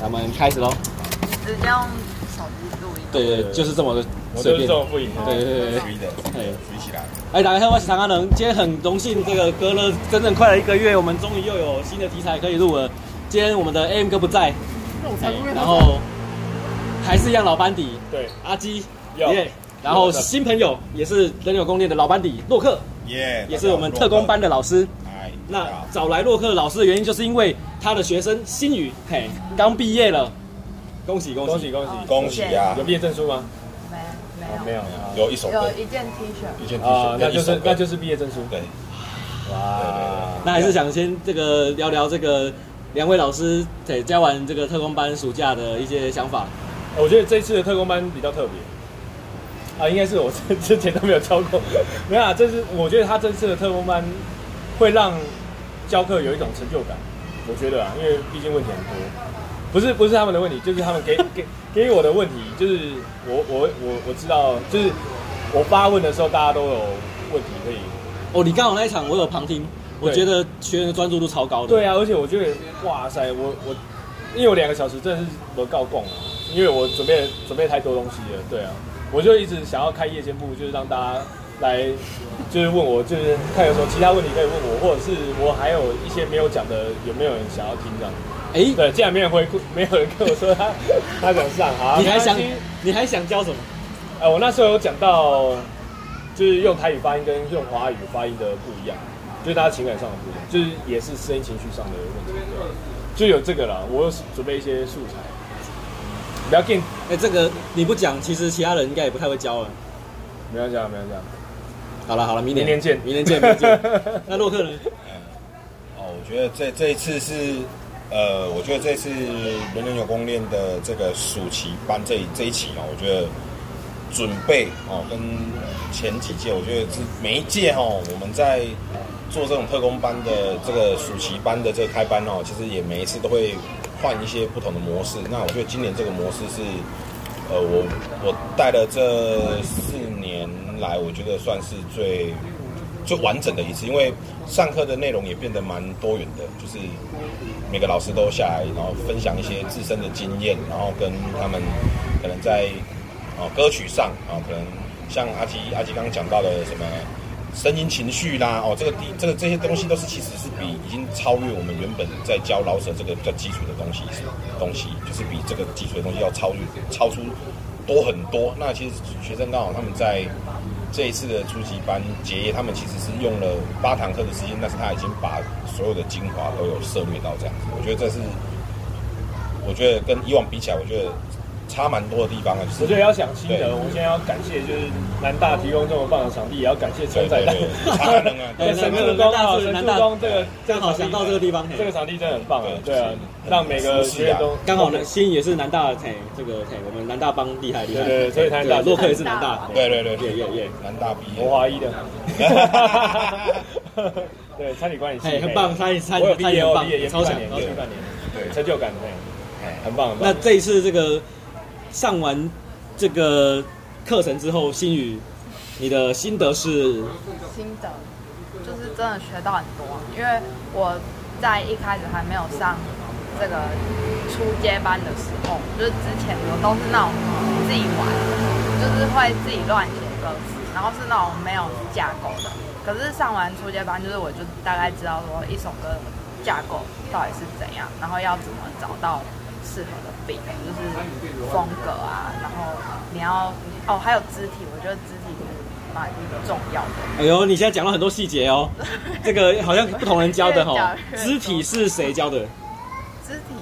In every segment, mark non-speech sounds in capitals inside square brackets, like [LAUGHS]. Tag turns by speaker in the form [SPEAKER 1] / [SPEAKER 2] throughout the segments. [SPEAKER 1] 咱们开始喽。
[SPEAKER 2] 直接用手机录音。
[SPEAKER 1] 对对，就是这么的
[SPEAKER 3] 我
[SPEAKER 1] 随
[SPEAKER 3] 就是这
[SPEAKER 1] 便。
[SPEAKER 3] 种不赢的。
[SPEAKER 1] 对对对对
[SPEAKER 4] 水的，
[SPEAKER 1] 对。
[SPEAKER 4] 水起来。
[SPEAKER 1] 哎，大家好，我是唐阿能。今天很荣幸，这个隔了整整快了一个月，我们终于又有新的题材可以录了。今天我们的 AM 哥不在，哎然
[SPEAKER 2] 哦
[SPEAKER 1] 后还是一样老班底，
[SPEAKER 3] 对，
[SPEAKER 1] 阿基，
[SPEAKER 3] 有
[SPEAKER 1] 耶然后新朋友也是人有攻略的老班底洛克，
[SPEAKER 4] 耶、
[SPEAKER 1] 也是我们特工班的老师。
[SPEAKER 4] 哎，
[SPEAKER 1] 那
[SPEAKER 4] 大家好
[SPEAKER 1] 找来洛克老师的原因，就是因为他的学生新宇，嘿，刚毕业了，恭喜恭
[SPEAKER 3] 恭
[SPEAKER 1] 喜！
[SPEAKER 3] 喜恭喜！
[SPEAKER 4] 恭喜啊
[SPEAKER 3] 有！毕业证书吗？
[SPEAKER 2] 没
[SPEAKER 3] 啊
[SPEAKER 2] 没有，
[SPEAKER 3] 有
[SPEAKER 4] 有一首歌
[SPEAKER 2] 有，一件 T 恤，
[SPEAKER 4] 一件 T
[SPEAKER 3] 啊
[SPEAKER 4] 恤，，
[SPEAKER 3] 那就
[SPEAKER 4] 一首
[SPEAKER 3] 是
[SPEAKER 4] 歌
[SPEAKER 3] 那就是毕业证书。
[SPEAKER 4] 对，
[SPEAKER 3] 哇
[SPEAKER 1] 那还是想先这个聊聊这个两位老师对教完这个特工班暑假的一些想法。
[SPEAKER 3] 我觉得这一次的特工班比较特别啊，应该是我 [LAUGHS] 之之前都没有教过， [LAUGHS] 没有啊，这是我觉得他这次的特工班会让教课有一种成就感，我觉得啊，因为毕竟问题很多，不是不是他们的问题，就是他们给 [LAUGHS] 给给我的问题，就是我我我我知道，就是我发问的时候大家都有问题可以
[SPEAKER 1] 哦，你刚好那一场我有旁听，我
[SPEAKER 3] 对
[SPEAKER 1] 觉得学员的专注度超高的。
[SPEAKER 3] 对啊，而且我觉得，哇塞，我我因为我两个小时真的是我告供了，因为我准备准备太多东西了。对啊，我就一直想要开夜间部，就是让大家来，就是问我，就是看有什么其他问题可以问我，或者是我还有一些没有讲的，有没有人想要听这样？
[SPEAKER 1] 哎，
[SPEAKER 3] 对，竟然没有人回顾，没有人跟我说他他想上，好、啊，
[SPEAKER 1] 你还想
[SPEAKER 3] 没关系
[SPEAKER 1] 你还想教什么？
[SPEAKER 3] 哎，我那时候有讲到，就是用台语发音跟用华语发音的不一样，就是大家情感上的不一样，就是也是声音情绪上的问题，对就有这个啦。我有准备一些素材，不要紧，
[SPEAKER 1] 哎，这个你不讲，其实其他人应该也不太会教了。
[SPEAKER 3] 没关系啊，没关系啊，
[SPEAKER 1] 好了好了，明年
[SPEAKER 3] 明年见
[SPEAKER 1] 明年见，明年
[SPEAKER 3] [LAUGHS]
[SPEAKER 1] 见。那洛克呢？
[SPEAKER 4] 哦，我觉得这这一次是，呃，我觉得这次人人有功练的这个暑期班这一这一期哦，我觉得准备哦跟前几届，我觉得是每一届哦，我们在做这种特工班的这个暑期班的这个开班哦，其实也每一次都会换一些不同的模式。那我觉得今年这个模式是。呃，我我带了这四年来，我觉得算是最最完整的一次，因为上课的内容也变得蛮多元的，就是每个老师都下来，然后分享一些自身的经验，然后跟他们可能在哦歌曲上啊、哦，可能像阿基阿基刚刚讲到的什么声音情绪啦，哦，这个底这个这些东西都是其实是比已经超越我们原本在教老舍这个比较基础的东西东西，就是比这个基础的东西要超越超出多很多。那其实学生刚好他们在这一次的初级班结业，他们其实是用了八堂课的时间，但是他已经把所有的精华都有涉猎到这样子。我觉得这是，我觉得跟以往比起来，我觉得差蛮多的地方啊。就是
[SPEAKER 3] 我觉得要想心
[SPEAKER 4] 对
[SPEAKER 3] 得，我现在要感谢就是南大提供这么棒的场地，也要感谢车载的。
[SPEAKER 4] 对对对差很多啊
[SPEAKER 3] 对，
[SPEAKER 1] [LAUGHS]
[SPEAKER 3] 神助攻啊，神助攻这个
[SPEAKER 1] 刚好想到这个地方，嘿
[SPEAKER 3] 这个场地真的很棒啊，
[SPEAKER 4] 对
[SPEAKER 3] 对啊
[SPEAKER 4] 就是，
[SPEAKER 3] 让每个学员都
[SPEAKER 1] 啊刚好呢，新也是南大，嘿，这个嘿，我们南大帮厉害厉害，
[SPEAKER 3] 对对对所以南大
[SPEAKER 1] 对洛克也是南大，
[SPEAKER 4] 对对对，
[SPEAKER 1] 耶耶耶，
[SPEAKER 4] 南大毕业，
[SPEAKER 3] 我华
[SPEAKER 1] [LAUGHS]
[SPEAKER 3] 一的，对，餐体管理系，
[SPEAKER 1] 嘿，很棒，参与参
[SPEAKER 3] 我有
[SPEAKER 1] 与
[SPEAKER 3] 毕
[SPEAKER 1] 参与
[SPEAKER 3] 业，
[SPEAKER 1] 很
[SPEAKER 3] 我
[SPEAKER 1] 棒
[SPEAKER 3] 毕业，也，
[SPEAKER 1] 超强
[SPEAKER 3] 半。年，
[SPEAKER 1] 超
[SPEAKER 3] 也
[SPEAKER 1] 强
[SPEAKER 3] 是半年，
[SPEAKER 4] 对，
[SPEAKER 3] 成就感，对，很棒，很棒。
[SPEAKER 1] 那这一次这个上完这个课程之后，新宇，你的心得是？
[SPEAKER 2] 心得就是真的学到很多，因为我在一开始还没有上这个初阶班的时候，就是之前我都是那种自己玩，就是会自己乱写歌词，然后是那种没有架构的。可是上完初阶班，就是我就大概知道说一首歌的架构到底是怎样，然后要怎么找到适合的 beat，就是风格啊，然后你要哦，还有肢体，我觉得肢体蛮重要的。
[SPEAKER 1] 哎呦，你现在讲了很多细节 [LAUGHS] 哦，这个好像不同人教的 [LAUGHS]
[SPEAKER 2] 越
[SPEAKER 1] 哈
[SPEAKER 2] 讲，越多
[SPEAKER 1] 肢体是谁教的？
[SPEAKER 2] 肢体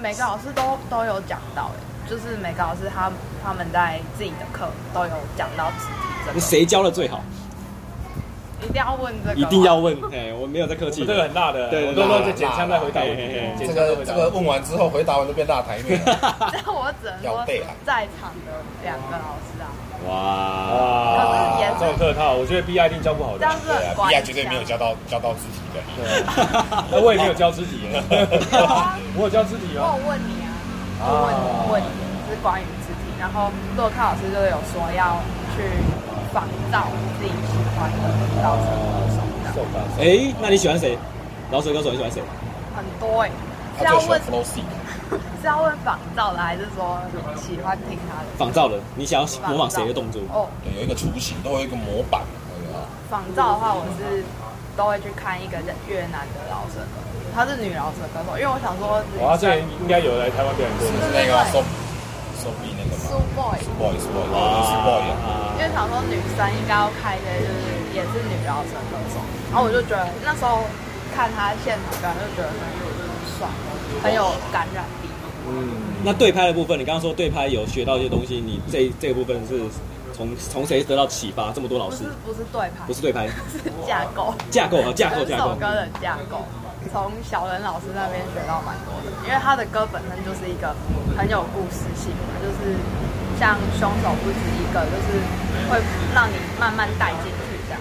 [SPEAKER 2] 每个老师都都有讲到、哎，就是每个老师他他们在自己的课都有讲到肢体这个，
[SPEAKER 1] 谁教的最好？
[SPEAKER 2] 一定要问这个，
[SPEAKER 1] 一定要， [LAUGHS] 问，哎，我没有在客
[SPEAKER 3] 我
[SPEAKER 1] 气
[SPEAKER 3] 们这个
[SPEAKER 1] 的。
[SPEAKER 3] 很辣的，
[SPEAKER 1] 对
[SPEAKER 3] 我都
[SPEAKER 4] 辣
[SPEAKER 3] 说这捡枪再回答
[SPEAKER 1] 辣
[SPEAKER 3] 我
[SPEAKER 1] 嘿嘿嘿，
[SPEAKER 3] 捡枪
[SPEAKER 4] 这
[SPEAKER 3] 再
[SPEAKER 4] 个
[SPEAKER 3] 回
[SPEAKER 4] 这
[SPEAKER 3] 答
[SPEAKER 4] 个
[SPEAKER 3] 我。
[SPEAKER 4] 问完之后回答完就变大台面了。
[SPEAKER 2] [LAUGHS] 但我只能
[SPEAKER 4] 要
[SPEAKER 2] 说
[SPEAKER 4] 背啊
[SPEAKER 2] 在场的两个老师啊，
[SPEAKER 1] 哇，
[SPEAKER 2] 可是也
[SPEAKER 3] 哇
[SPEAKER 2] 是，
[SPEAKER 3] 这种客套，我觉得 B I 一定教不好
[SPEAKER 2] 这
[SPEAKER 3] 的
[SPEAKER 2] 样。是
[SPEAKER 4] 对啊
[SPEAKER 2] 很关
[SPEAKER 4] ，B
[SPEAKER 2] 系、
[SPEAKER 4] I 绝对没有教到教到自己的。
[SPEAKER 1] [LAUGHS]
[SPEAKER 3] 那我也没有教肢体耶，
[SPEAKER 2] 有啊
[SPEAKER 3] 我有教肢体哦
[SPEAKER 2] 我
[SPEAKER 3] 吗？
[SPEAKER 2] 有问你啊，我问你问
[SPEAKER 1] 哦
[SPEAKER 2] 你是关于肢体，然后洛克老师就有说要去仿造自己喜欢的老师歌手这样
[SPEAKER 3] 受吧，
[SPEAKER 1] 哎，那你喜欢谁？老舍歌手你喜欢谁？
[SPEAKER 2] 很多哎、
[SPEAKER 4] 他
[SPEAKER 2] 是要
[SPEAKER 4] 最喜欢
[SPEAKER 2] 问
[SPEAKER 4] flow C，
[SPEAKER 2] 是要问仿照的，还是说喜欢听他的？
[SPEAKER 1] 仿照的，你想要模仿谁的动作？
[SPEAKER 2] 哦，
[SPEAKER 4] 对，有一个雏形，都有一个模板，那个啊
[SPEAKER 2] 仿照的话，我是都会去看一个越南的饶舌歌手，她是女饶舌歌手，因为我想说，
[SPEAKER 3] 哇，他之前应该有来台湾表演过
[SPEAKER 4] 是
[SPEAKER 2] 对
[SPEAKER 4] 那
[SPEAKER 2] 对
[SPEAKER 4] 个 so so b 那个
[SPEAKER 2] 苏
[SPEAKER 4] 吗
[SPEAKER 2] boy，
[SPEAKER 4] ？boy s boy，
[SPEAKER 3] 哇
[SPEAKER 4] 对是 boy 啊。
[SPEAKER 2] 因为想说女生应该要看一些就是也是女饶舌歌手，然后我就觉得那时候看她现场表演就觉得很爽，很有感染力。
[SPEAKER 1] 那对拍的部分，你刚刚说对拍有学到一些东西，你这这个部分是从从谁得到启发？这么多老
[SPEAKER 2] 不
[SPEAKER 1] 师
[SPEAKER 2] 是，不是对拍，
[SPEAKER 1] 不是对拍，
[SPEAKER 2] 是架构。
[SPEAKER 1] 架构啊，架构
[SPEAKER 2] 整
[SPEAKER 1] 架
[SPEAKER 2] 首
[SPEAKER 1] 构。
[SPEAKER 2] 歌的架构，从小人老师那边学到蛮多的，因为他的歌本身就是一个很有故事性嘛，就是像凶手不止一个，就是会让你慢慢带进去这样。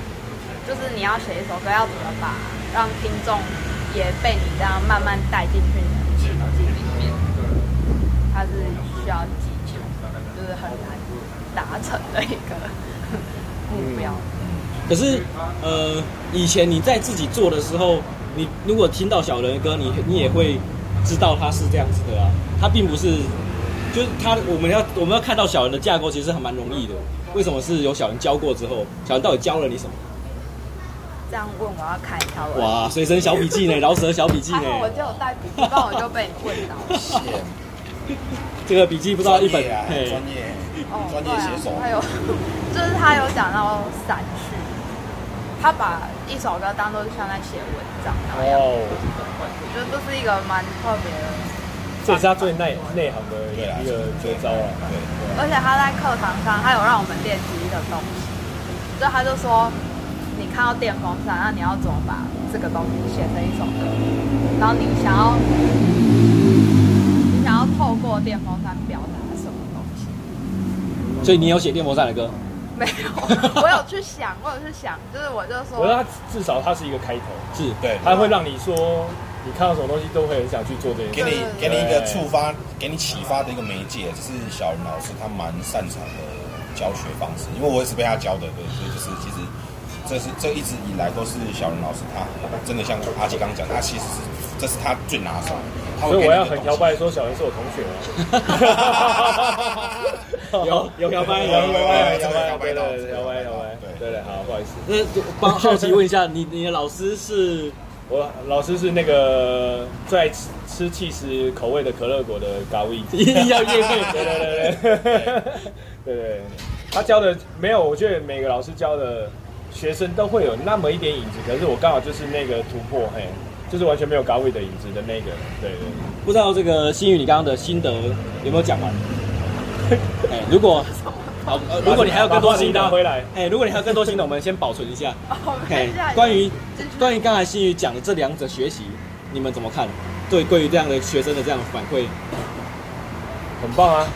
[SPEAKER 2] 就是你要写一首歌，要怎么把让听众也被你这样慢慢带进去你的情境里面，它是需要技巧，就是很难达成的一个目标。
[SPEAKER 1] 嗯可是呃，以前你在自己做的时候，你如果听到小人的歌，你你也会知道他是这样子的啊，他并不是。就是他，我们要我们要看到小人的架构，其实还蛮容易的。为什么是有小人教过之后，小人到底教了你什么？
[SPEAKER 2] 这样问我要看一下我的
[SPEAKER 1] 哇，随身小笔记呢，饶舌小笔记
[SPEAKER 2] 还好我
[SPEAKER 1] 呢，
[SPEAKER 2] 就有带笔记，不然我就被你问到。
[SPEAKER 1] 这个笔记不知道一本
[SPEAKER 4] 专业啊，
[SPEAKER 1] 嘿
[SPEAKER 4] 专业，
[SPEAKER 2] 哦，
[SPEAKER 4] [LAUGHS] 专
[SPEAKER 2] 对啊
[SPEAKER 4] 业写手，
[SPEAKER 2] 还有 [LAUGHS] 就是他有讲到散序，他把一首歌当做像在写文章那样，
[SPEAKER 3] 哦，
[SPEAKER 2] 我觉得这是一个蛮特别的，
[SPEAKER 3] 这也是他最内内行的
[SPEAKER 4] 对啊，
[SPEAKER 3] 一个绝招啊。
[SPEAKER 4] 对，
[SPEAKER 2] 而且他在课堂上他有让我们练习一个东西，就他就说你看到电风扇，那你要怎么把这个东西写成一首歌，然后你想要你想要透过电风扇表达什么东西。
[SPEAKER 1] 所以你有写电风扇的歌，
[SPEAKER 2] 没有，我有去想，我有去想，就是我就
[SPEAKER 3] 我
[SPEAKER 2] 说，
[SPEAKER 3] 觉得他至少他是一个开头，
[SPEAKER 1] 是
[SPEAKER 4] [LAUGHS] 对，
[SPEAKER 3] 他会让你说你看到什么东西都会很想去做这件
[SPEAKER 4] 给
[SPEAKER 3] 事。
[SPEAKER 4] 你给你一个触发，给你启发的一个媒介，这是小林老师他蛮擅长的教学方式，因为我也是被他教的，对，所以就是其实这是这一直以来都是小林老师他真的像阿杰刚刚讲，他其实是这是他最拿手的，他会
[SPEAKER 3] 所以
[SPEAKER 4] 给
[SPEAKER 3] 我
[SPEAKER 4] 你
[SPEAKER 3] 要
[SPEAKER 4] 一个
[SPEAKER 3] 很
[SPEAKER 4] 东西
[SPEAKER 3] 摇摆地说，小袁是我同学哦。
[SPEAKER 1] 有有摇摆有
[SPEAKER 4] 有摇摆
[SPEAKER 3] 摇
[SPEAKER 4] 摇摆
[SPEAKER 3] 摆
[SPEAKER 4] 到
[SPEAKER 3] 对摇摆摇摆，
[SPEAKER 4] 对
[SPEAKER 3] 对对，好，不好意思，
[SPEAKER 1] 那帮好奇问一下，你你的老师是
[SPEAKER 3] 我老师是那个最爱吃吃气食口味的可乐果的高一，
[SPEAKER 1] 一定要夜
[SPEAKER 3] 对
[SPEAKER 1] 配？
[SPEAKER 3] 对对对对对，他教的没有，我觉得每个老师教的学生都会有那么一点影子，可是我刚好就是那个突破，嘿，就是完全没有高位的影子的那个，对对，
[SPEAKER 1] 不知道这个新宇你刚刚的心得有没有讲
[SPEAKER 3] [LAUGHS]
[SPEAKER 1] 完？哎、如果好、呃如果你还有更多心
[SPEAKER 3] 把话
[SPEAKER 1] 得
[SPEAKER 3] 题拿回来，
[SPEAKER 1] 哎、如果你还有更多心得，我们先保存一
[SPEAKER 3] [LAUGHS]
[SPEAKER 1] 下。
[SPEAKER 2] 哦，
[SPEAKER 1] 哎、
[SPEAKER 2] 等一
[SPEAKER 3] 啊
[SPEAKER 2] 下
[SPEAKER 1] 关于
[SPEAKER 2] 继续
[SPEAKER 1] 关于刚才新宇讲的这两者学习，你们怎么看？对，关于这样的学生的这样的反馈，
[SPEAKER 3] 很棒啊，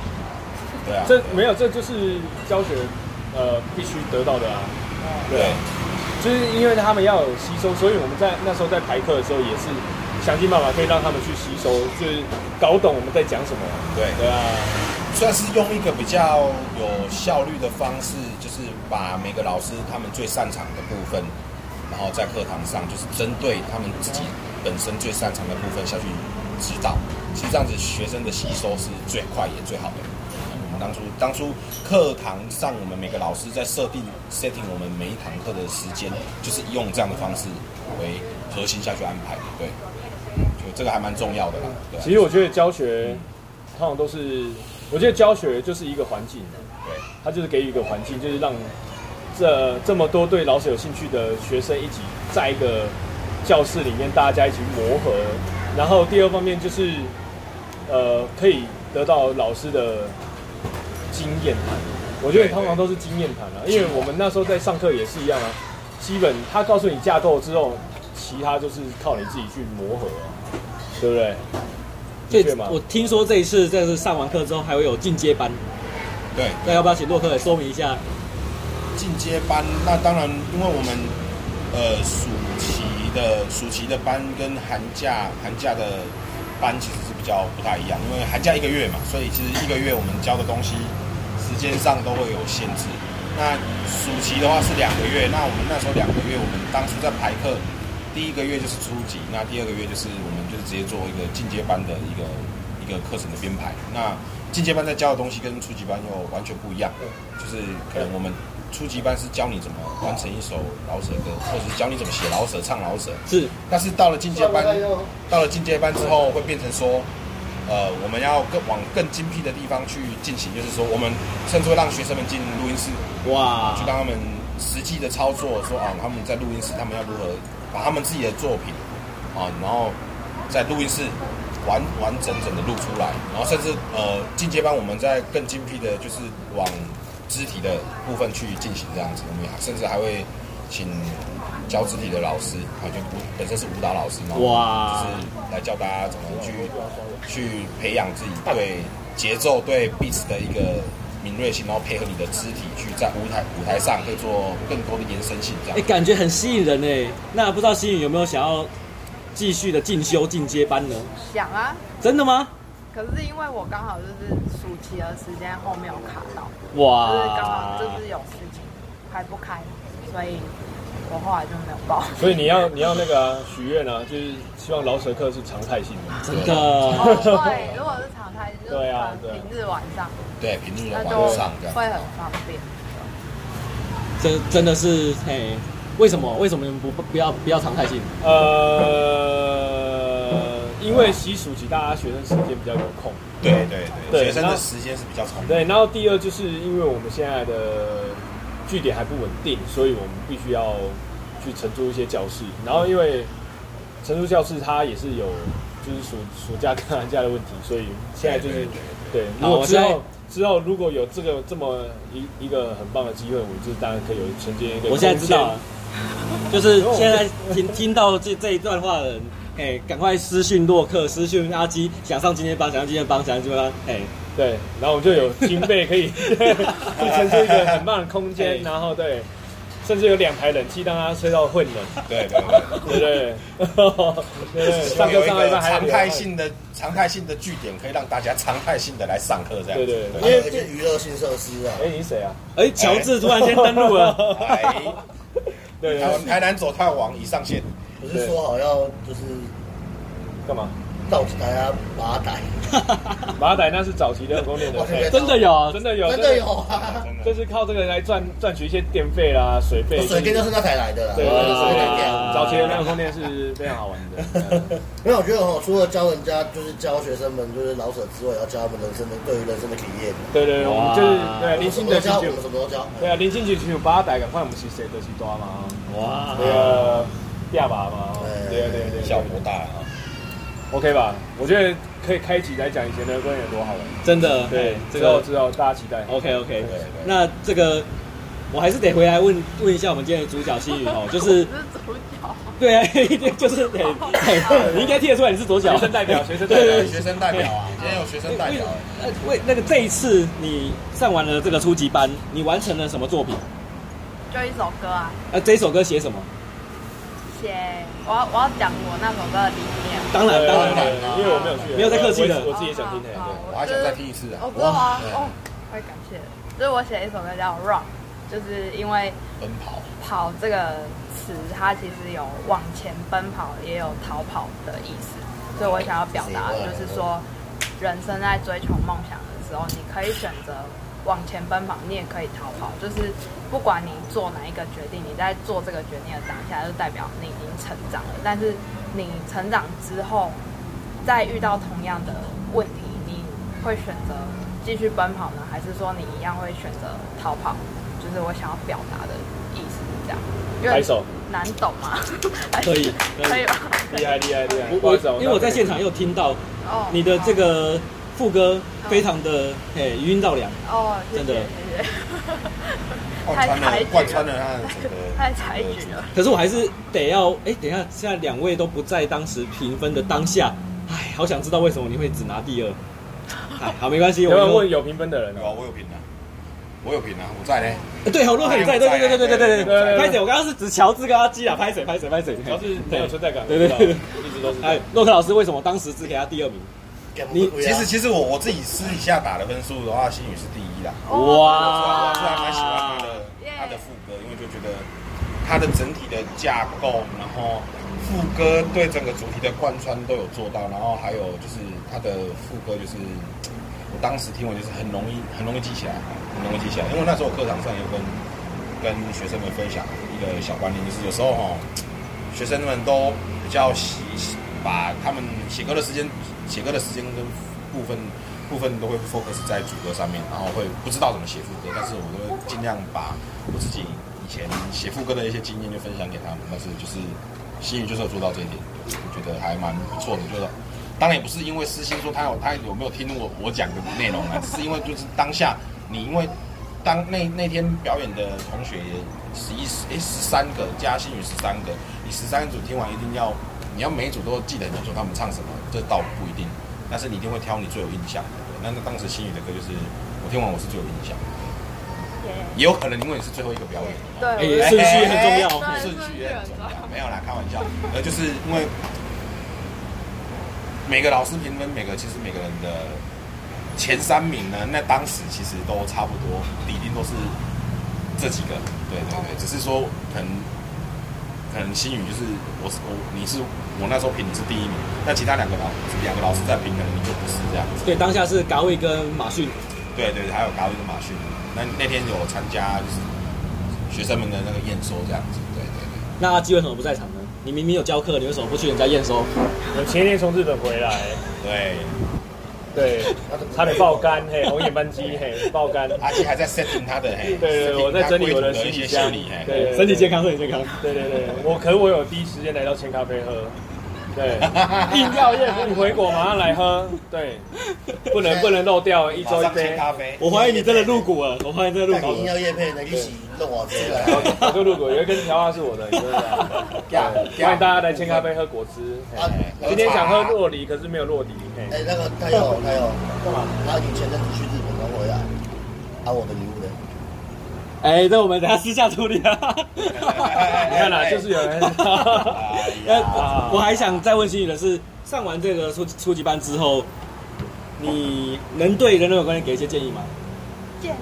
[SPEAKER 4] 对啊，
[SPEAKER 3] 这没有，这就是教学呃必须得到的啊，对啊
[SPEAKER 4] 对。
[SPEAKER 3] 就是因为他们要有吸收，所以我们在那时候在排课的时候也是想尽办法可以让他们去吸收，就是搞懂我们在讲什么。
[SPEAKER 4] 对
[SPEAKER 3] 对啊，
[SPEAKER 4] 算是用一个比较有效率的方式，就是把每个老师他们最擅长的部分，然后在课堂上就是针对他们自己本身最擅长的部分下去指导。其实这样子学生的吸收是最快也最好的。我们当初当初课堂上，我们每个老师在设定 setting 我们每一堂课的时间，就是用这样的方式为核心下去安排。对，就这个还蛮重要的啦。对啊，
[SPEAKER 3] 其实我觉得教学通常都是，我觉得教学就是一个环境，
[SPEAKER 4] 对。
[SPEAKER 3] 它就是给予一个环境，就是让这这么多对老师有兴趣的学生一起在一个教室里面大家一起磨合。然后第二方面就是，呃，可以得到老师的经验谈。我觉得
[SPEAKER 4] 对
[SPEAKER 3] 通常都是经验谈啊，因为我们那时候在上课也是一样啊。基本他告诉你架构之后，其他就是靠你自己去磨合、啊，对不对？
[SPEAKER 1] 所以
[SPEAKER 3] 的确嘛
[SPEAKER 1] 我听说这一次这是上完课之后还会有进阶班，
[SPEAKER 4] 对
[SPEAKER 1] 那要不要请洛克来说明一下？
[SPEAKER 4] 进阶班，那当然，因为我们呃暑期的暑期的班跟寒假寒假的班其实是比较不太一样，因为寒假一个月嘛，所以其实一个月我们教的东西时间上都会有限制。那暑期的话是两个月，那我们那时候两个月，我们当初在排课，第一个月就是初级，那第二个月就是我们就是直接做一个进阶班的一个一一个课程的编排。那进阶班在教的东西跟初级班又完全不一样，就是可能我们初级班是教你怎么完成一首饶舌歌，或者是教你怎么写饶舌、唱饶舌。
[SPEAKER 1] 是
[SPEAKER 4] 但是到了进阶班，到了进阶班之后，会变成说，呃，我们要更往更精辟的地方去进行，就是说，我们甚至会让学生们进录音室，
[SPEAKER 1] 哇
[SPEAKER 4] 去，让他们实际的操作，说啊，他们在录音室，他们要如何把他们自己的作品啊，然后在录音室完完整整的录出来，然后甚至呃进阶班，我们在更精辟的，就是往肢体的部分去进行这样子，我们甚至还会请教肢体的老师啊，就舞本身是舞蹈老师嘛，
[SPEAKER 1] 哇
[SPEAKER 4] 就是来教大家怎么去去培养自己对节奏、对 beats 的一个敏锐性，然后配合你的肢体去在舞台舞台上可以做更多的延伸性，这
[SPEAKER 1] 哎、
[SPEAKER 4] 样。
[SPEAKER 1] 感觉很吸引人哎、那不知道吸引有没有想要继续的进修进阶班呢？
[SPEAKER 2] 想啊，
[SPEAKER 1] 真的吗？
[SPEAKER 2] 可是因为我刚好就是暑期的时间后面有卡到，
[SPEAKER 3] 啊
[SPEAKER 2] 就是刚好
[SPEAKER 1] 哇，
[SPEAKER 2] 就是有事情开不开，所以我后来就没有报。
[SPEAKER 3] [LAUGHS] 所以你要你要那个啊许愿啊，就是希望饶舌课是常态性的。
[SPEAKER 1] 真
[SPEAKER 2] 哦
[SPEAKER 1] 的，
[SPEAKER 2] 对，如果是常态，就是
[SPEAKER 3] 对啊
[SPEAKER 2] 可能平
[SPEAKER 3] 对
[SPEAKER 2] 日晚上，
[SPEAKER 4] 对，平日的
[SPEAKER 2] 那就
[SPEAKER 4] 晚上这样。
[SPEAKER 2] 会很方便。
[SPEAKER 1] 真真的是嘿，为什么为什么你们不不不要不要常态性？
[SPEAKER 3] 呃，因为习暑期大家学生时间比较有空，
[SPEAKER 4] 对对
[SPEAKER 3] 对
[SPEAKER 4] 对，学生
[SPEAKER 3] 然
[SPEAKER 4] 的
[SPEAKER 3] 后
[SPEAKER 4] 时间是比较长的。
[SPEAKER 3] 对。然后第二就是因为我们现在的据点还不稳定，所以我们必须要去承租一些教室。然后因为承租教室它也是有就是暑暑假跟寒假的问题，所以现在就是
[SPEAKER 4] 对对对
[SPEAKER 3] 对。
[SPEAKER 1] 好
[SPEAKER 3] 如果
[SPEAKER 1] 我
[SPEAKER 3] 之
[SPEAKER 1] 现在
[SPEAKER 3] 后之后如果有这个这么一一个很棒的机会，我们就是当然可以有承接一个。
[SPEAKER 1] 我现在知
[SPEAKER 3] 啊
[SPEAKER 1] 道了，，就是现在听听到这这一段话的人，哎、赶快私讯洛克，私讯阿基，想上今天班，想上今天班，想上今天班，哎、
[SPEAKER 3] 对，然后我们就有经费可以去承受一个很棒的空间，然后对，甚至有两台冷气让它吹到混冷，
[SPEAKER 4] 对对对。
[SPEAKER 3] 对不对？对对，上
[SPEAKER 4] 有
[SPEAKER 3] 课
[SPEAKER 4] 一
[SPEAKER 3] 上到一
[SPEAKER 4] 个
[SPEAKER 3] 半还有
[SPEAKER 4] 常
[SPEAKER 3] 流
[SPEAKER 4] 态
[SPEAKER 3] 汗，
[SPEAKER 4] 性的常态性的据点，可以让大家常态性的来上课这样子。
[SPEAKER 3] 对对对因
[SPEAKER 5] 因
[SPEAKER 3] 为
[SPEAKER 5] 为是娱乐性设施啊
[SPEAKER 3] 哎，，你是谁啊？
[SPEAKER 1] 哎，乔治突然间登录了，
[SPEAKER 4] [LAUGHS] 哎，
[SPEAKER 3] 对，对
[SPEAKER 4] 台湾台南走太王已上线，
[SPEAKER 5] 不是说好要就是
[SPEAKER 3] 干嘛？
[SPEAKER 5] 到大家把它逮，
[SPEAKER 3] 马仔那是早期的公链的
[SPEAKER 5] 哇这个
[SPEAKER 3] 费，
[SPEAKER 1] 真的有，
[SPEAKER 3] 真的有，
[SPEAKER 5] 真的有，啊，
[SPEAKER 4] 真的
[SPEAKER 3] 这是靠这个来赚赚取一些电费啦、水费。
[SPEAKER 5] 哦 [LAUGHS] 水电都是那台来的啦，
[SPEAKER 3] 对对
[SPEAKER 5] 水
[SPEAKER 3] 对
[SPEAKER 5] 电
[SPEAKER 3] 对
[SPEAKER 5] 电
[SPEAKER 1] 啊
[SPEAKER 3] 早期的那个空间是非常好玩的。嗯
[SPEAKER 5] 没有，我觉得哦，除了教人家就是教学生们就是老舍之外，也要教他们人生的对于人生的体验。
[SPEAKER 3] 对对，对我们就是对啊
[SPEAKER 5] 我
[SPEAKER 3] 林
[SPEAKER 5] 们什
[SPEAKER 3] 清
[SPEAKER 5] 么都
[SPEAKER 3] 的
[SPEAKER 5] 教，
[SPEAKER 3] 球
[SPEAKER 5] 我，们什么都教。
[SPEAKER 3] 对啊，林清的球，把他逮，赶快我们是谁的去抓嘛。哦
[SPEAKER 1] 哇
[SPEAKER 3] 那，个亚拔嘛，哦
[SPEAKER 5] 哎
[SPEAKER 3] 对啊对啊对啊
[SPEAKER 4] 效果大啊！
[SPEAKER 3] ，OK 吧？我觉得可以开集来讲以前的公园有多好玩。
[SPEAKER 1] 真的，
[SPEAKER 3] 对
[SPEAKER 1] 哎，这
[SPEAKER 3] 之后
[SPEAKER 1] 个哦
[SPEAKER 3] 之后大家期待。
[SPEAKER 1] OK OK，
[SPEAKER 4] 对对
[SPEAKER 1] 那这个我还是得回来问问一下我们今天的主角新宇哦，就是
[SPEAKER 2] 我是主角，
[SPEAKER 1] 对 [LAUGHS] 啊，就是哎哎你应该听得出来你是左脚
[SPEAKER 3] 学生代表，学生代
[SPEAKER 1] 对
[SPEAKER 3] 表
[SPEAKER 1] 对
[SPEAKER 4] 有，学生代表啊，今天有学生代表，
[SPEAKER 1] 呃，为那个这一次你上完了这个初级班，你完成了什么作品？
[SPEAKER 2] 就一首歌啊，
[SPEAKER 1] 呃，这一首歌写什么？
[SPEAKER 2] 写我要我要讲我那首歌的理念。
[SPEAKER 1] 当然
[SPEAKER 3] 对
[SPEAKER 1] 当然，
[SPEAKER 3] 对对因为我没有去，
[SPEAKER 1] 没有在客气的
[SPEAKER 3] 我我自己也想听的。
[SPEAKER 2] 好
[SPEAKER 3] 对
[SPEAKER 4] 我还想再听一次啊
[SPEAKER 2] 我！知道啊，
[SPEAKER 4] 对
[SPEAKER 2] 哦，太感谢了。就是我写一首歌叫《Run》，就是因为
[SPEAKER 4] 奔跑，
[SPEAKER 2] “跑”这个词，它其实有往前奔跑，也有逃跑的意思。所以我想要表达的就是说，人生在追求梦想的时候，你可以选择往前奔跑，你也可以逃跑。就是不管你做哪一个决定，你在做这个决定的当下，就代表你已经成长了。但是你成长之后，再遇到同样的问题，你会选择继续奔跑呢，还是说你一样会选择逃跑？就是我想要表达的意思是这样。因
[SPEAKER 3] 拍
[SPEAKER 2] 为
[SPEAKER 3] 手，
[SPEAKER 2] 难懂吗？
[SPEAKER 1] 可
[SPEAKER 2] [LAUGHS]
[SPEAKER 1] 以
[SPEAKER 2] 可以吧？
[SPEAKER 3] 厉害厉害厉害！不
[SPEAKER 1] 我
[SPEAKER 3] 好意思啊
[SPEAKER 1] 我因为我在现
[SPEAKER 3] 场
[SPEAKER 1] 场又听到
[SPEAKER 2] 哦
[SPEAKER 1] 你的这个副歌非常的哎余音绕梁，
[SPEAKER 2] 哦，谢
[SPEAKER 1] 真的
[SPEAKER 2] 谢谢 [LAUGHS] 谢，
[SPEAKER 4] 贯穿了贯穿了他的整个
[SPEAKER 2] 太抬举了。
[SPEAKER 1] 可是我还是得要哎，等一下，现在两位都不在当时评分的当下，哎，好想知道为什么你会只拿第二。哎，好，没关系，
[SPEAKER 3] [LAUGHS] 有
[SPEAKER 1] 我
[SPEAKER 3] 没有
[SPEAKER 1] 就
[SPEAKER 3] 问有评分的人
[SPEAKER 4] 有
[SPEAKER 3] 哦？
[SPEAKER 4] 啊，我有评啊，我有评啊，我在嘞，
[SPEAKER 1] 呃对，
[SPEAKER 3] 哎
[SPEAKER 1] 好，洛克你在，对对对对对对对对，
[SPEAKER 3] 对
[SPEAKER 1] 拍手，我刚刚是指乔治跟阿基啊，拍手拍手拍手，
[SPEAKER 3] 主要是没有存在感，
[SPEAKER 1] 对对
[SPEAKER 3] 我
[SPEAKER 1] 对
[SPEAKER 3] 知道，一直都是这
[SPEAKER 1] 哎
[SPEAKER 3] 样。，
[SPEAKER 1] 洛克老师为什么当时只给他第二名？你
[SPEAKER 4] 其实其实我我自己私底下打的分数的话，新宇是第一啦。
[SPEAKER 2] 哦
[SPEAKER 4] 我
[SPEAKER 1] 哇
[SPEAKER 4] 是还蛮喜欢他的他的副歌，因为就觉得他的整体的架构，然后副歌对整个主题的贯穿都有做到，然后还有就是它的副歌就是我当时听完就是很容易很容易记起来，很容易记起来，因为那时候我课堂上有跟跟学生们分享一个小观念，就是有时候哈、哦，学生们都比较喜把他们写歌的时间写歌的时间跟部分。部分都会 focus 在主歌上面，然后会不知道怎么写副歌，但是我都会尽量把我自己以前写副歌的一些经验就分享给他们。但是就是新宇就是有做到这一点，我觉得还蛮不错的。就是当然也不是因为私心说他有他有没有听我我讲的内容啊，只是因为就是当下你因为当那那天表演的同学十一十诶十三个加新宇十三个，你十三组听完一定要你要每一组都记得很清楚他们唱什么，这倒不一定。但是你一定会挑你最有印象的。对那那当时心宇的歌就是我听完我是最有印象的，也有可能因为你是最后一个表演，
[SPEAKER 1] 哎、
[SPEAKER 2] 对，
[SPEAKER 1] 顺序很重要。
[SPEAKER 2] 对
[SPEAKER 4] 哎顺序也很重要。没有啦，开玩笑，呃，就是因为每个老师评分，每个其实每个人的前三名呢，那当时其实都差不多，一定都是这几个。对
[SPEAKER 1] 哦
[SPEAKER 4] 对对，只是说可能可能新宇就是我是我你是我那时候评你是第一名，那其他两个老两个老师在评，可能你就不是这样子。
[SPEAKER 1] 对，当下是嘎卫跟马逊，
[SPEAKER 4] 对对，还有达维跟马逊，那那天有参加就是学生们的那个验收这样子，对对对。
[SPEAKER 1] 那阿基为什么不在场呢？你明明有教课，你为什么不去人家验收？
[SPEAKER 3] 我前年从日本回来，
[SPEAKER 4] 对，
[SPEAKER 3] 对，差点爆肝，嘿，红眼班机，嘿，爆肝。
[SPEAKER 4] 阿基还在 setting 他的嘿，
[SPEAKER 3] 对对，我在整理我的
[SPEAKER 4] 一
[SPEAKER 3] 行李
[SPEAKER 4] 些
[SPEAKER 3] 箱
[SPEAKER 4] 行李嘿，。
[SPEAKER 3] 对，
[SPEAKER 1] 身体健。康，身体健康。
[SPEAKER 3] 对对对，我可我有第一时间来到千咖啡喝，对，硬要业务回国马上来喝，对，不能不能漏掉，一周一杯，
[SPEAKER 4] 咖啡，
[SPEAKER 1] 我怀疑你真的入股了，我怀疑你真的入
[SPEAKER 5] 但
[SPEAKER 1] 股
[SPEAKER 5] 你硬
[SPEAKER 1] 了。
[SPEAKER 5] 要叶配呢，一起弄我这个啊。
[SPEAKER 3] 我就入股，有一根条啊是我的，你知
[SPEAKER 1] [LAUGHS]
[SPEAKER 3] 道吗？对欢迎大家来千
[SPEAKER 4] [LAUGHS]
[SPEAKER 3] 咖啡喝果汁。
[SPEAKER 5] 啊
[SPEAKER 3] 嘿今天想喝洛梨，可是没有洛梨，嘿，
[SPEAKER 5] 哎，那个他有他有，他以前阵子去日本刚回来，啊，我的礼物呢？
[SPEAKER 1] 哎、这我们等下私下处理
[SPEAKER 3] [LAUGHS]
[SPEAKER 1] 啊。
[SPEAKER 4] 哎
[SPEAKER 3] 你看啦，就是有人，
[SPEAKER 1] 那
[SPEAKER 3] 啊
[SPEAKER 1] 哎我还想再问心宇的是，上完这个初初级班之后，你能对人人有关系给一些建议吗？
[SPEAKER 2] 建议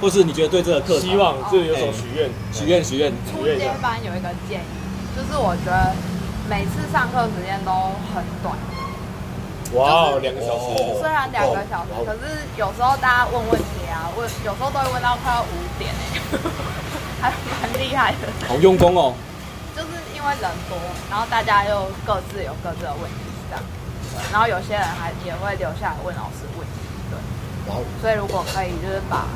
[SPEAKER 1] 或是你觉得对这个课程
[SPEAKER 3] 希望就有所许愿，
[SPEAKER 1] 许愿许愿？
[SPEAKER 2] 初阶班有一个建议，就是我觉得每次上课时间都很短，
[SPEAKER 3] 哇哦，两个小
[SPEAKER 4] 哦
[SPEAKER 3] 时，
[SPEAKER 2] 虽然两个小时，可是有时候大家问问题啊，问有时候都会问到快要五点哎、 [LAUGHS] 还蛮厉害的。
[SPEAKER 1] 好用功哦。
[SPEAKER 2] 就是因为人多，然后大家又各自有各自的问题这样，对然后有些人还也会留下来问老师问题，对，
[SPEAKER 5] 然后
[SPEAKER 2] 所以如果可以就是把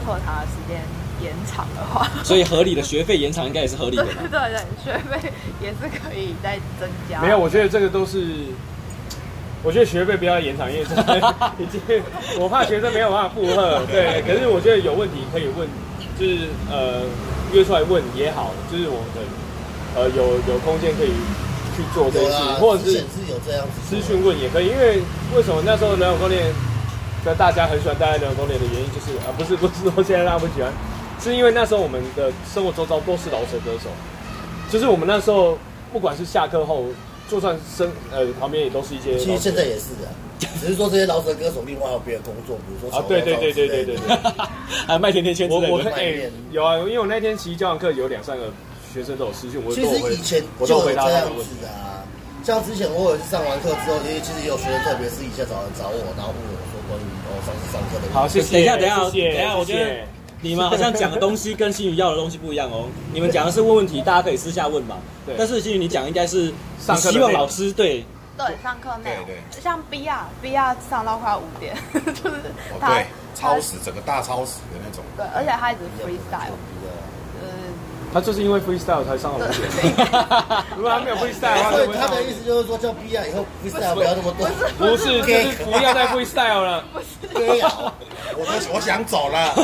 [SPEAKER 2] 课堂的时间延长的话， [LAUGHS]
[SPEAKER 1] 所以合理的学费延长应该也是合理
[SPEAKER 2] 对
[SPEAKER 1] 的
[SPEAKER 2] 对
[SPEAKER 1] 吧？
[SPEAKER 2] 对，学费也是可以再增加。
[SPEAKER 3] 没有，我觉得这个都是，我觉得学费不要延长，因为这已经我怕学生没有办法负荷。对，可是我觉得有问题可以问，就是呃约出来问也好，就是我们可以呃有有空间可以去做这
[SPEAKER 5] 有
[SPEAKER 3] 件事情，
[SPEAKER 5] 啦，
[SPEAKER 3] 或者
[SPEAKER 5] 啊之
[SPEAKER 3] 是
[SPEAKER 5] 前是有这样子
[SPEAKER 3] 私讯问也可以，因为为什么那时候人偶公练的呃大家很喜欢待在人偶公练的原因，就是啊不是不是说现在大家不喜欢，是因为那时候我们的生活周遭都是饶舌歌手，就是我们那时候不管是下课后，就算生呃旁边也都是一些
[SPEAKER 5] 其
[SPEAKER 3] 饶
[SPEAKER 5] 实
[SPEAKER 3] 舌
[SPEAKER 5] 现在也是的，只是说这些饶舌歌手另外还有别的工作，比如说
[SPEAKER 3] 啊对对对对对对对，
[SPEAKER 1] [LAUGHS] 还卖甜甜圈之
[SPEAKER 3] 我
[SPEAKER 1] 类
[SPEAKER 3] 我
[SPEAKER 1] 的。
[SPEAKER 3] 看哎、有啊，因为我那天其实教完课有两三个学生都有私讯，我
[SPEAKER 5] 其
[SPEAKER 3] 都有
[SPEAKER 5] 实
[SPEAKER 3] 回
[SPEAKER 5] 以前
[SPEAKER 3] 我
[SPEAKER 5] 就
[SPEAKER 3] 都有
[SPEAKER 5] 有
[SPEAKER 3] 回答
[SPEAKER 5] 这
[SPEAKER 3] 他
[SPEAKER 5] 样
[SPEAKER 3] 的问题。
[SPEAKER 5] 子啊，像之前我有一次上完课之后，因为其实也有学生特别私底下找人找我，然后问我说关于我上次上课的问题
[SPEAKER 3] 好，谢谢。
[SPEAKER 1] 等一下等一下
[SPEAKER 3] 谢谢
[SPEAKER 1] 等一下我觉得
[SPEAKER 3] 谢谢
[SPEAKER 1] 你们好像讲的东西跟新宇要的东西不一样
[SPEAKER 3] [LAUGHS]
[SPEAKER 1] 哦。你们讲的是问问题，大家可以私下问嘛。
[SPEAKER 3] 对
[SPEAKER 1] 但是新宇你讲应该是
[SPEAKER 3] 上
[SPEAKER 1] 你
[SPEAKER 3] 课的
[SPEAKER 1] 希望
[SPEAKER 3] 内容
[SPEAKER 1] 老师
[SPEAKER 3] [LAUGHS]
[SPEAKER 1] 对
[SPEAKER 2] 对上课内容
[SPEAKER 4] 对对
[SPEAKER 2] 像 B R B R 上到快要五点， [LAUGHS] 就是 [LAUGHS]
[SPEAKER 4] 哦
[SPEAKER 2] 他
[SPEAKER 4] 对，超时整个大超时的那种，
[SPEAKER 2] 对，而且他一直
[SPEAKER 5] 比较不错
[SPEAKER 2] freestyle，
[SPEAKER 5] 比较
[SPEAKER 2] 嗯，
[SPEAKER 5] 呃
[SPEAKER 3] 他就是因为 freestyle 才上
[SPEAKER 1] [LAUGHS]
[SPEAKER 3] 了五点，
[SPEAKER 2] 呃
[SPEAKER 3] 如
[SPEAKER 1] 啊
[SPEAKER 3] 果他没有 freestyle，他 [LAUGHS] 啊
[SPEAKER 5] 所
[SPEAKER 3] 就
[SPEAKER 5] 以
[SPEAKER 3] 会
[SPEAKER 5] 他
[SPEAKER 3] 上
[SPEAKER 5] 的意思就是说，叫 B 啊，以后 freestyle 不要那么
[SPEAKER 3] 不
[SPEAKER 5] 多
[SPEAKER 3] 是，
[SPEAKER 5] 不
[SPEAKER 3] 就是是不要再 freestyle 了。
[SPEAKER 5] 歌谣，
[SPEAKER 4] 我都我想走了，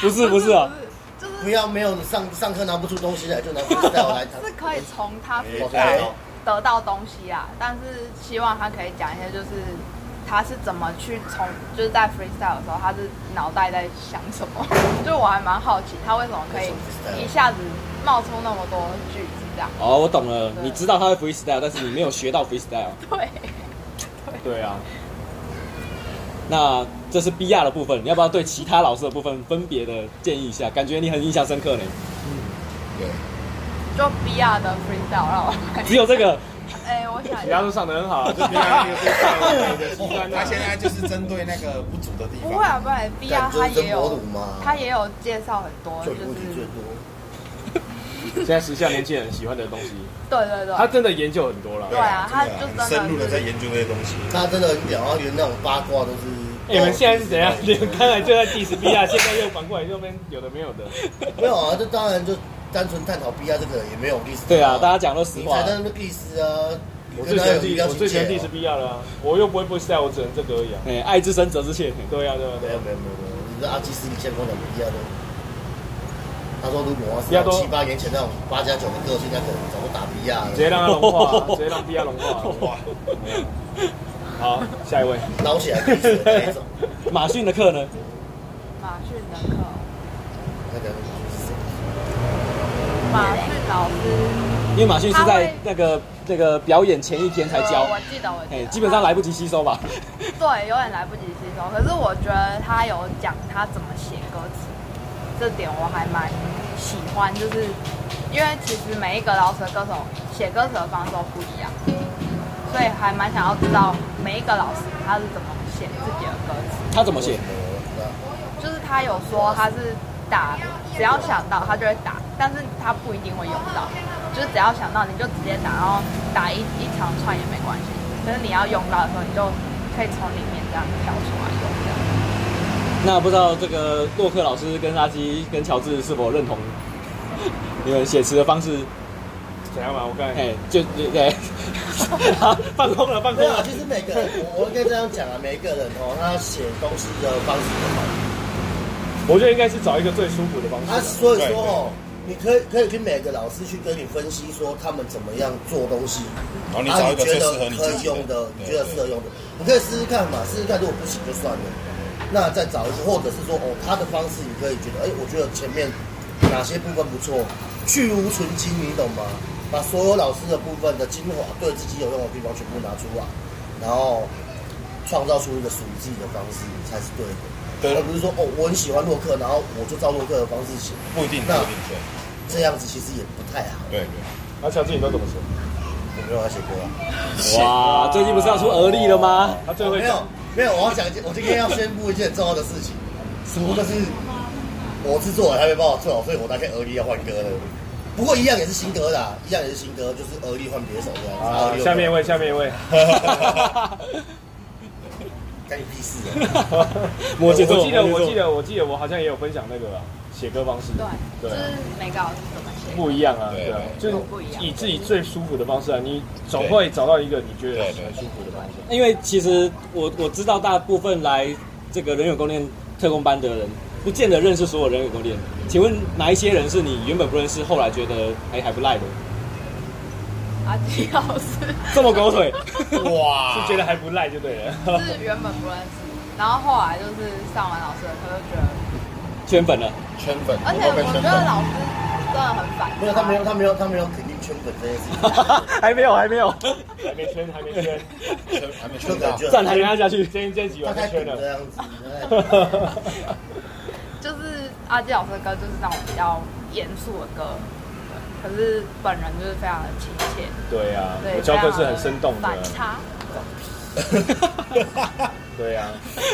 [SPEAKER 1] 不是不是
[SPEAKER 3] 哦
[SPEAKER 1] 啊，
[SPEAKER 2] 就是
[SPEAKER 5] 不要没有你上上课拿不出东西来，就拿 freestyle 来弹。
[SPEAKER 2] [LAUGHS] 是可以从他
[SPEAKER 4] 哎
[SPEAKER 2] 辅
[SPEAKER 4] 哎
[SPEAKER 2] 导得到东西啊，但是希望他可以讲一些，就是他是怎么去从，就是在 freestyle 的时候，他是脑袋在想什么。 [LAUGHS] 就我还蛮好奇，他为什么可以一下子冒出那么多句子这样。 [LAUGHS]
[SPEAKER 1] 哦，我懂了，
[SPEAKER 2] 对
[SPEAKER 1] 你知道他会 freestyle，但是你没有学到 freestyle。
[SPEAKER 2] 对，
[SPEAKER 3] [LAUGHS] 对啊，
[SPEAKER 1] 那这是 B R 的部分，你要不要对其他老师的部分分别的建议一下？感觉你很印象深刻呢。
[SPEAKER 4] 对，
[SPEAKER 2] 就 B R 的 freestyle 让我来。
[SPEAKER 1] 只有这个，
[SPEAKER 2] 哎、我想
[SPEAKER 3] 其
[SPEAKER 2] 一
[SPEAKER 3] 他
[SPEAKER 2] 下
[SPEAKER 3] 都，上的很好 [LAUGHS] 啊，就
[SPEAKER 4] 就是是
[SPEAKER 3] 比
[SPEAKER 4] 比较
[SPEAKER 3] 较
[SPEAKER 4] 那个
[SPEAKER 3] 极端
[SPEAKER 4] 他
[SPEAKER 3] 啊
[SPEAKER 4] 现在就是针对那个不足的地
[SPEAKER 2] 不会啊，
[SPEAKER 4] 方。
[SPEAKER 2] 不然 B R
[SPEAKER 5] 干就
[SPEAKER 2] 他也
[SPEAKER 5] 是真博
[SPEAKER 2] 有
[SPEAKER 5] 鲁，嘛，
[SPEAKER 2] 他也有介绍很多，就
[SPEAKER 5] 最
[SPEAKER 2] 是
[SPEAKER 5] 问题最多。
[SPEAKER 3] 现在时下年轻人喜欢的东西，
[SPEAKER 2] 对对对，
[SPEAKER 3] 他真的研究很多了哎
[SPEAKER 2] 对。啊
[SPEAKER 4] 真的
[SPEAKER 2] 他就真的
[SPEAKER 4] 很深入的在研究这些东西。
[SPEAKER 5] 他真的很屌，然后连那种八卦都是。
[SPEAKER 3] 你们现在是怎
[SPEAKER 5] [LAUGHS]
[SPEAKER 3] 样？ [LAUGHS] 你们刚才就在 diss B 啊，现在又反过来右边有的没有的。
[SPEAKER 5] 没有啊，这当然就单纯探讨 B R 这个也没有意思。
[SPEAKER 1] 对
[SPEAKER 3] 哦
[SPEAKER 1] 啊，大家讲都实
[SPEAKER 5] 你
[SPEAKER 1] 话
[SPEAKER 5] 才，在那边意思啊。
[SPEAKER 3] 我
[SPEAKER 5] 你
[SPEAKER 3] 最
[SPEAKER 5] 跟
[SPEAKER 3] 喜
[SPEAKER 5] 他
[SPEAKER 3] 欢
[SPEAKER 5] 有一
[SPEAKER 3] diss，
[SPEAKER 5] 样
[SPEAKER 3] 我最喜欢
[SPEAKER 5] 境界
[SPEAKER 3] diss
[SPEAKER 5] 哦
[SPEAKER 3] B 啊了啊，我又不会 freestyle，我只能这个而已啊。
[SPEAKER 1] 哎，爱之深责之切，
[SPEAKER 3] 对啊，对啊，
[SPEAKER 5] 没
[SPEAKER 3] 对
[SPEAKER 5] 有
[SPEAKER 3] 啊。
[SPEAKER 5] 没有没有没有，你知道阿基斯以前跟我讲不一样的。他说如果我是
[SPEAKER 3] 比亚多
[SPEAKER 5] 七八年前那种八加九的个性，他可能早就打比亚了。
[SPEAKER 3] 直接让它融化啊，
[SPEAKER 1] [LAUGHS]
[SPEAKER 3] [LAUGHS] 直接让 B 啊融化啊。 [LAUGHS] 好，下一位。
[SPEAKER 5] 捞起来比死的那一种。
[SPEAKER 1] 马逊的课呢？
[SPEAKER 2] 马逊的课，
[SPEAKER 5] 那个是谁
[SPEAKER 2] 马逊老师
[SPEAKER 1] 因为马逊是
[SPEAKER 2] 他
[SPEAKER 1] 在
[SPEAKER 2] 会
[SPEAKER 1] 那个那个表演前一天才教
[SPEAKER 2] 呃，我记得我记
[SPEAKER 1] 哎，
[SPEAKER 2] 得，
[SPEAKER 1] 基本上来不及吸收吧。 [LAUGHS]
[SPEAKER 2] 对，有点来不及吸收。可是我觉得他有讲他怎么写歌词，这点我还蛮喜欢，就是因为其实每一个饶舌歌手写歌词的方式都不一样，所以还蛮想要知道每一个老师他是怎么写自己的歌词。
[SPEAKER 1] 他怎么写？
[SPEAKER 2] 就是他有说他是打，只要想到他就会打，但是他不一定会用到，就是只要想到你就直接打，然后打一一长串也没关系。可是你要用到的时候，你就可以从里面这样挑出来用这样。
[SPEAKER 1] 那不知道这个洛克老师跟垃圾跟乔治是否认同 [LAUGHS] 你们写词的方式？
[SPEAKER 3] 怎样嘛？啊我刚才
[SPEAKER 1] 哎，就 [LAUGHS] 对，好放空了，放空
[SPEAKER 5] 没有啊，
[SPEAKER 1] 了
[SPEAKER 5] 其。实每个人，我我应该这样讲啊，每一个人哦，他写东西的方式不同。
[SPEAKER 3] 我觉得应该是找一个最舒服的方式
[SPEAKER 5] 他
[SPEAKER 3] 啊。
[SPEAKER 5] 所以说哦，你可以可以跟每个老师去跟你分析说他们怎么样做东西，啊
[SPEAKER 4] 然后你找一个最
[SPEAKER 5] 觉得
[SPEAKER 4] 适合你
[SPEAKER 5] 可
[SPEAKER 4] 自
[SPEAKER 5] 以
[SPEAKER 4] 己
[SPEAKER 5] 用的，你
[SPEAKER 4] 对
[SPEAKER 5] 觉得适合用的，你可以试试看嘛，试试看，如果不行就算了，那再找一个，或者是说哦，他的方式你可以觉得，哎，我觉得前面哪些部分不错，去无存精，你懂吗？把所有老师的部分的精华，对自己有用的地方全部拿出来，然后创造出一个属于自己的方式才是对的。
[SPEAKER 4] 对
[SPEAKER 5] 而不是说哦，我很喜欢洛克，然后我就照洛克的方式写，
[SPEAKER 4] 不一定，不
[SPEAKER 5] 那
[SPEAKER 4] 一定，
[SPEAKER 5] 这样子其实也不太好。
[SPEAKER 4] 对对
[SPEAKER 3] 那啊乔治你都怎么说？
[SPEAKER 5] 我没有要写歌啊，
[SPEAKER 1] 哇，最近不是要出而立了
[SPEAKER 3] [LAUGHS]
[SPEAKER 1] 吗？ [LAUGHS]
[SPEAKER 3] 他啊最
[SPEAKER 5] 我
[SPEAKER 3] 会
[SPEAKER 5] 哦没有没有，我要讲一件，我今天要宣布一件很重要的事情，什么？就是我制作人还没帮我做好，所以我大概而立要换歌了。不过一样也是新歌啦，啊一样也是新歌，就是而立换别首这样
[SPEAKER 3] 啊，
[SPEAKER 5] 子。
[SPEAKER 3] 下面一位，下面一位，
[SPEAKER 5] 干你屁事啊！
[SPEAKER 1] 摩羯座，
[SPEAKER 3] 我记得，
[SPEAKER 1] 摩羯
[SPEAKER 3] 我
[SPEAKER 1] 座
[SPEAKER 3] 记得，我记得，我好像也有分享那个啊写歌方式，
[SPEAKER 2] 对，
[SPEAKER 3] 对
[SPEAKER 2] 就
[SPEAKER 3] 啊
[SPEAKER 2] 是，每个老师怎么写，
[SPEAKER 3] 不一样啊，
[SPEAKER 4] 对
[SPEAKER 3] 对啊，
[SPEAKER 4] 对
[SPEAKER 3] 就是
[SPEAKER 2] 不一样
[SPEAKER 3] 以自己最舒服的方式啊，你总会找到一个你觉得
[SPEAKER 4] 对对
[SPEAKER 3] 很舒服的方式。
[SPEAKER 1] 因为其实我我知道大部分来这个人有攻练特工班的人，不见得认识所有人有攻练。请问哪一些人是你原本不认识，后来觉得哎还不赖的？
[SPEAKER 2] 阿基老师
[SPEAKER 1] 这么狗腿，
[SPEAKER 4] 对。哇
[SPEAKER 3] 是觉得还不赖就对了，
[SPEAKER 2] 是原本不认识，然后后来就是上完老师的课就觉得，
[SPEAKER 1] 圈粉了。
[SPEAKER 4] 圈粉，
[SPEAKER 2] 而且
[SPEAKER 4] 会不会
[SPEAKER 2] 我觉
[SPEAKER 4] 圈
[SPEAKER 2] 得
[SPEAKER 4] 粉
[SPEAKER 2] 老师真的很反差，
[SPEAKER 5] 没有，他没有，他没有，他没有肯定圈粉这件事情，
[SPEAKER 1] 还没有，还没有，
[SPEAKER 3] 还没圈，还没圈，
[SPEAKER 4] 圈还没圈
[SPEAKER 5] 就
[SPEAKER 4] 啊
[SPEAKER 5] 感
[SPEAKER 4] 到，
[SPEAKER 5] 觉
[SPEAKER 1] 站台压下 [LAUGHS] 去。
[SPEAKER 3] 这这集
[SPEAKER 5] 大
[SPEAKER 3] 完
[SPEAKER 5] 概
[SPEAKER 3] 全
[SPEAKER 5] 懂
[SPEAKER 3] 啊圈
[SPEAKER 5] 这
[SPEAKER 3] 了。
[SPEAKER 5] 样子。哎
[SPEAKER 1] 啊
[SPEAKER 2] 就是阿基老师的歌就是那种比较严肃的歌，对，可是本人就是非常的亲切，
[SPEAKER 3] 对啊，
[SPEAKER 2] 对，
[SPEAKER 3] 我教课是
[SPEAKER 2] 非常
[SPEAKER 3] 很
[SPEAKER 2] 地
[SPEAKER 3] 生动的，
[SPEAKER 2] 反差， [LAUGHS]
[SPEAKER 3] 对啊，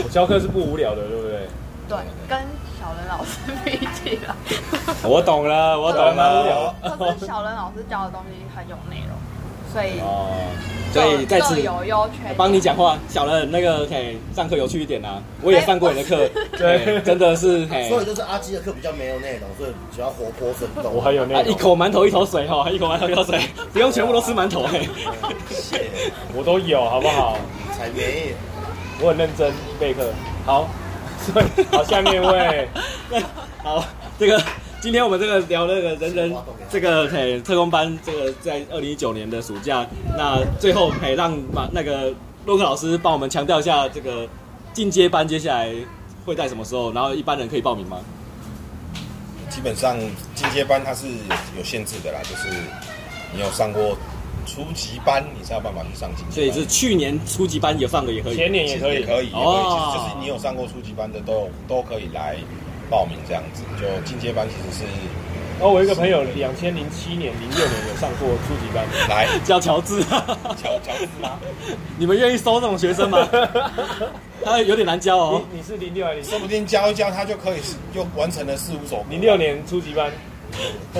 [SPEAKER 3] 我教课是不无聊的，对不对？
[SPEAKER 2] 对，跟小人老师 [LAUGHS] 比起来，
[SPEAKER 1] 我懂了，我懂啊
[SPEAKER 3] 还啊蛮无聊
[SPEAKER 2] [LAUGHS]
[SPEAKER 1] 了。
[SPEAKER 3] 的。
[SPEAKER 2] 可是小人老师教的东西很有内容，所以
[SPEAKER 3] 哦，
[SPEAKER 1] 所以
[SPEAKER 2] 各
[SPEAKER 1] 在此
[SPEAKER 2] 各有优缺点，
[SPEAKER 1] 帮你讲话，小人那个嘿，上课有趣一点啊！我也上过你的课，对，真的是嘿，
[SPEAKER 5] 所以就是阿基的课比较没有内容，所以比较活泼生动。
[SPEAKER 3] 我很有
[SPEAKER 1] 啊
[SPEAKER 3] 内
[SPEAKER 1] 一
[SPEAKER 3] 容，
[SPEAKER 1] 口馒头一口水哦哈，一口馒头一口
[SPEAKER 3] [LAUGHS]
[SPEAKER 1] 水，不用全部都吃馒头嘿。
[SPEAKER 3] 我都有，好不好？
[SPEAKER 5] 才没有。
[SPEAKER 3] 我很认真备课。好， [LAUGHS] 好，下面一
[SPEAKER 1] [LAUGHS]
[SPEAKER 3] 位，
[SPEAKER 1] 好，这个今天我们这个聊那个人人这个嘿特工班，这个在二零一九年的暑假，那最后嘿让马那个洛克老师帮我们强调一下这个进阶班接下来会在什么时候，然后一般人可以报名吗？
[SPEAKER 4] 基本上进阶班它是有限制的啦，就是你有上过初级班，你才有办法去上进
[SPEAKER 1] 所
[SPEAKER 4] 阶
[SPEAKER 1] 以
[SPEAKER 4] 班。
[SPEAKER 1] 是去年初级班也放的也可以，
[SPEAKER 3] 前年也可以，
[SPEAKER 4] 也可以，也可以，
[SPEAKER 1] 哦
[SPEAKER 4] 就是就是你有上过初级班的都都可以来报名这样子。就进阶班其实是
[SPEAKER 3] 然后哦我有一个朋友，两千零七年、零六年有上过初级班，
[SPEAKER 4] 来，
[SPEAKER 1] 叫乔
[SPEAKER 3] [LAUGHS]
[SPEAKER 1] 治，
[SPEAKER 4] 乔乔治吗？
[SPEAKER 1] [LAUGHS] 你们愿意收这种学生
[SPEAKER 3] [LAUGHS]
[SPEAKER 1] 吗？他有点难教哦。
[SPEAKER 3] 你你是零六还是
[SPEAKER 4] 说不定教一教他就可以就完成了事务所。
[SPEAKER 3] 零六年初级班，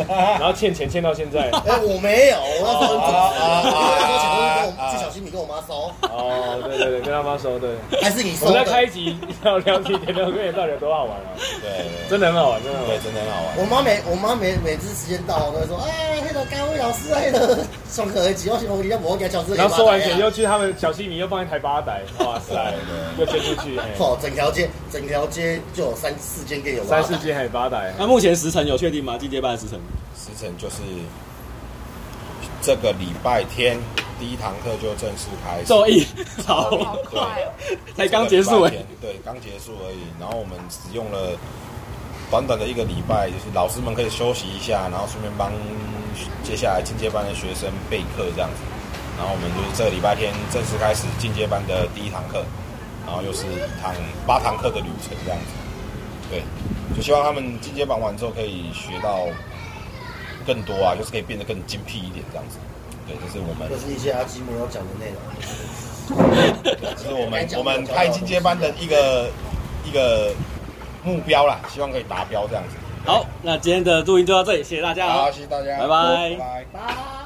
[SPEAKER 3] 然后欠钱欠到现在，
[SPEAKER 5] 哎，我没有，我那时候很早熟啊，我想说跟
[SPEAKER 4] 啊
[SPEAKER 5] 我去小心你跟我妈收，
[SPEAKER 3] 哦，对对对，跟他妈说，对，
[SPEAKER 5] 还是你
[SPEAKER 3] [LAUGHS] 我们
[SPEAKER 5] 收
[SPEAKER 3] 再开一
[SPEAKER 5] 的？
[SPEAKER 3] 集要聊你点六个月到底有多好玩啊，
[SPEAKER 4] 对
[SPEAKER 3] 真的很好玩，真的很好
[SPEAKER 4] 对，
[SPEAKER 3] 玩。
[SPEAKER 4] 真的很好玩。
[SPEAKER 5] 我妈每我妈每每次时间到都会说，哎，那个该位老师，那个上课而已，我想我你要我给小资，
[SPEAKER 3] 然后收完钱又去他们小西米又放一台八代，哇塞，又捐出去，嘿
[SPEAKER 5] 哦，整条街整条街就有三四间店有吧
[SPEAKER 3] 三四间还八代，
[SPEAKER 1] 那目前时程有确定吗？进阶班的时程？
[SPEAKER 4] 时辰就是这个礼拜天第一堂课就正式开始，
[SPEAKER 1] 受益
[SPEAKER 2] 好
[SPEAKER 1] 好，
[SPEAKER 2] 快哦！
[SPEAKER 1] 才刚结束
[SPEAKER 4] 而
[SPEAKER 1] 哎 [LAUGHS]
[SPEAKER 4] 已，，对，刚结束而已。然后我们只用了短短的一个礼拜，就是老师们可以休息一下，然后顺便帮接下来进阶班的学生备课这样子。然后我们就是这个礼拜天正式开始进阶班的第一堂课，然后又是一堂八堂课的旅程这样子。对，就希望他们进阶班完之后可以学到更多啊，就是可以变得更精辟一点这样子。对，这是我们
[SPEAKER 5] 就是一些阿基摩要讲的内容。
[SPEAKER 4] 这是我们我们开进阶班的一个一个目标啦，希望可以达标这样子。
[SPEAKER 1] 好，那今天的录音就到这里，谢谢大家哦。
[SPEAKER 4] 谢谢大家
[SPEAKER 1] 拜拜
[SPEAKER 4] 拜拜。
[SPEAKER 5] 拜。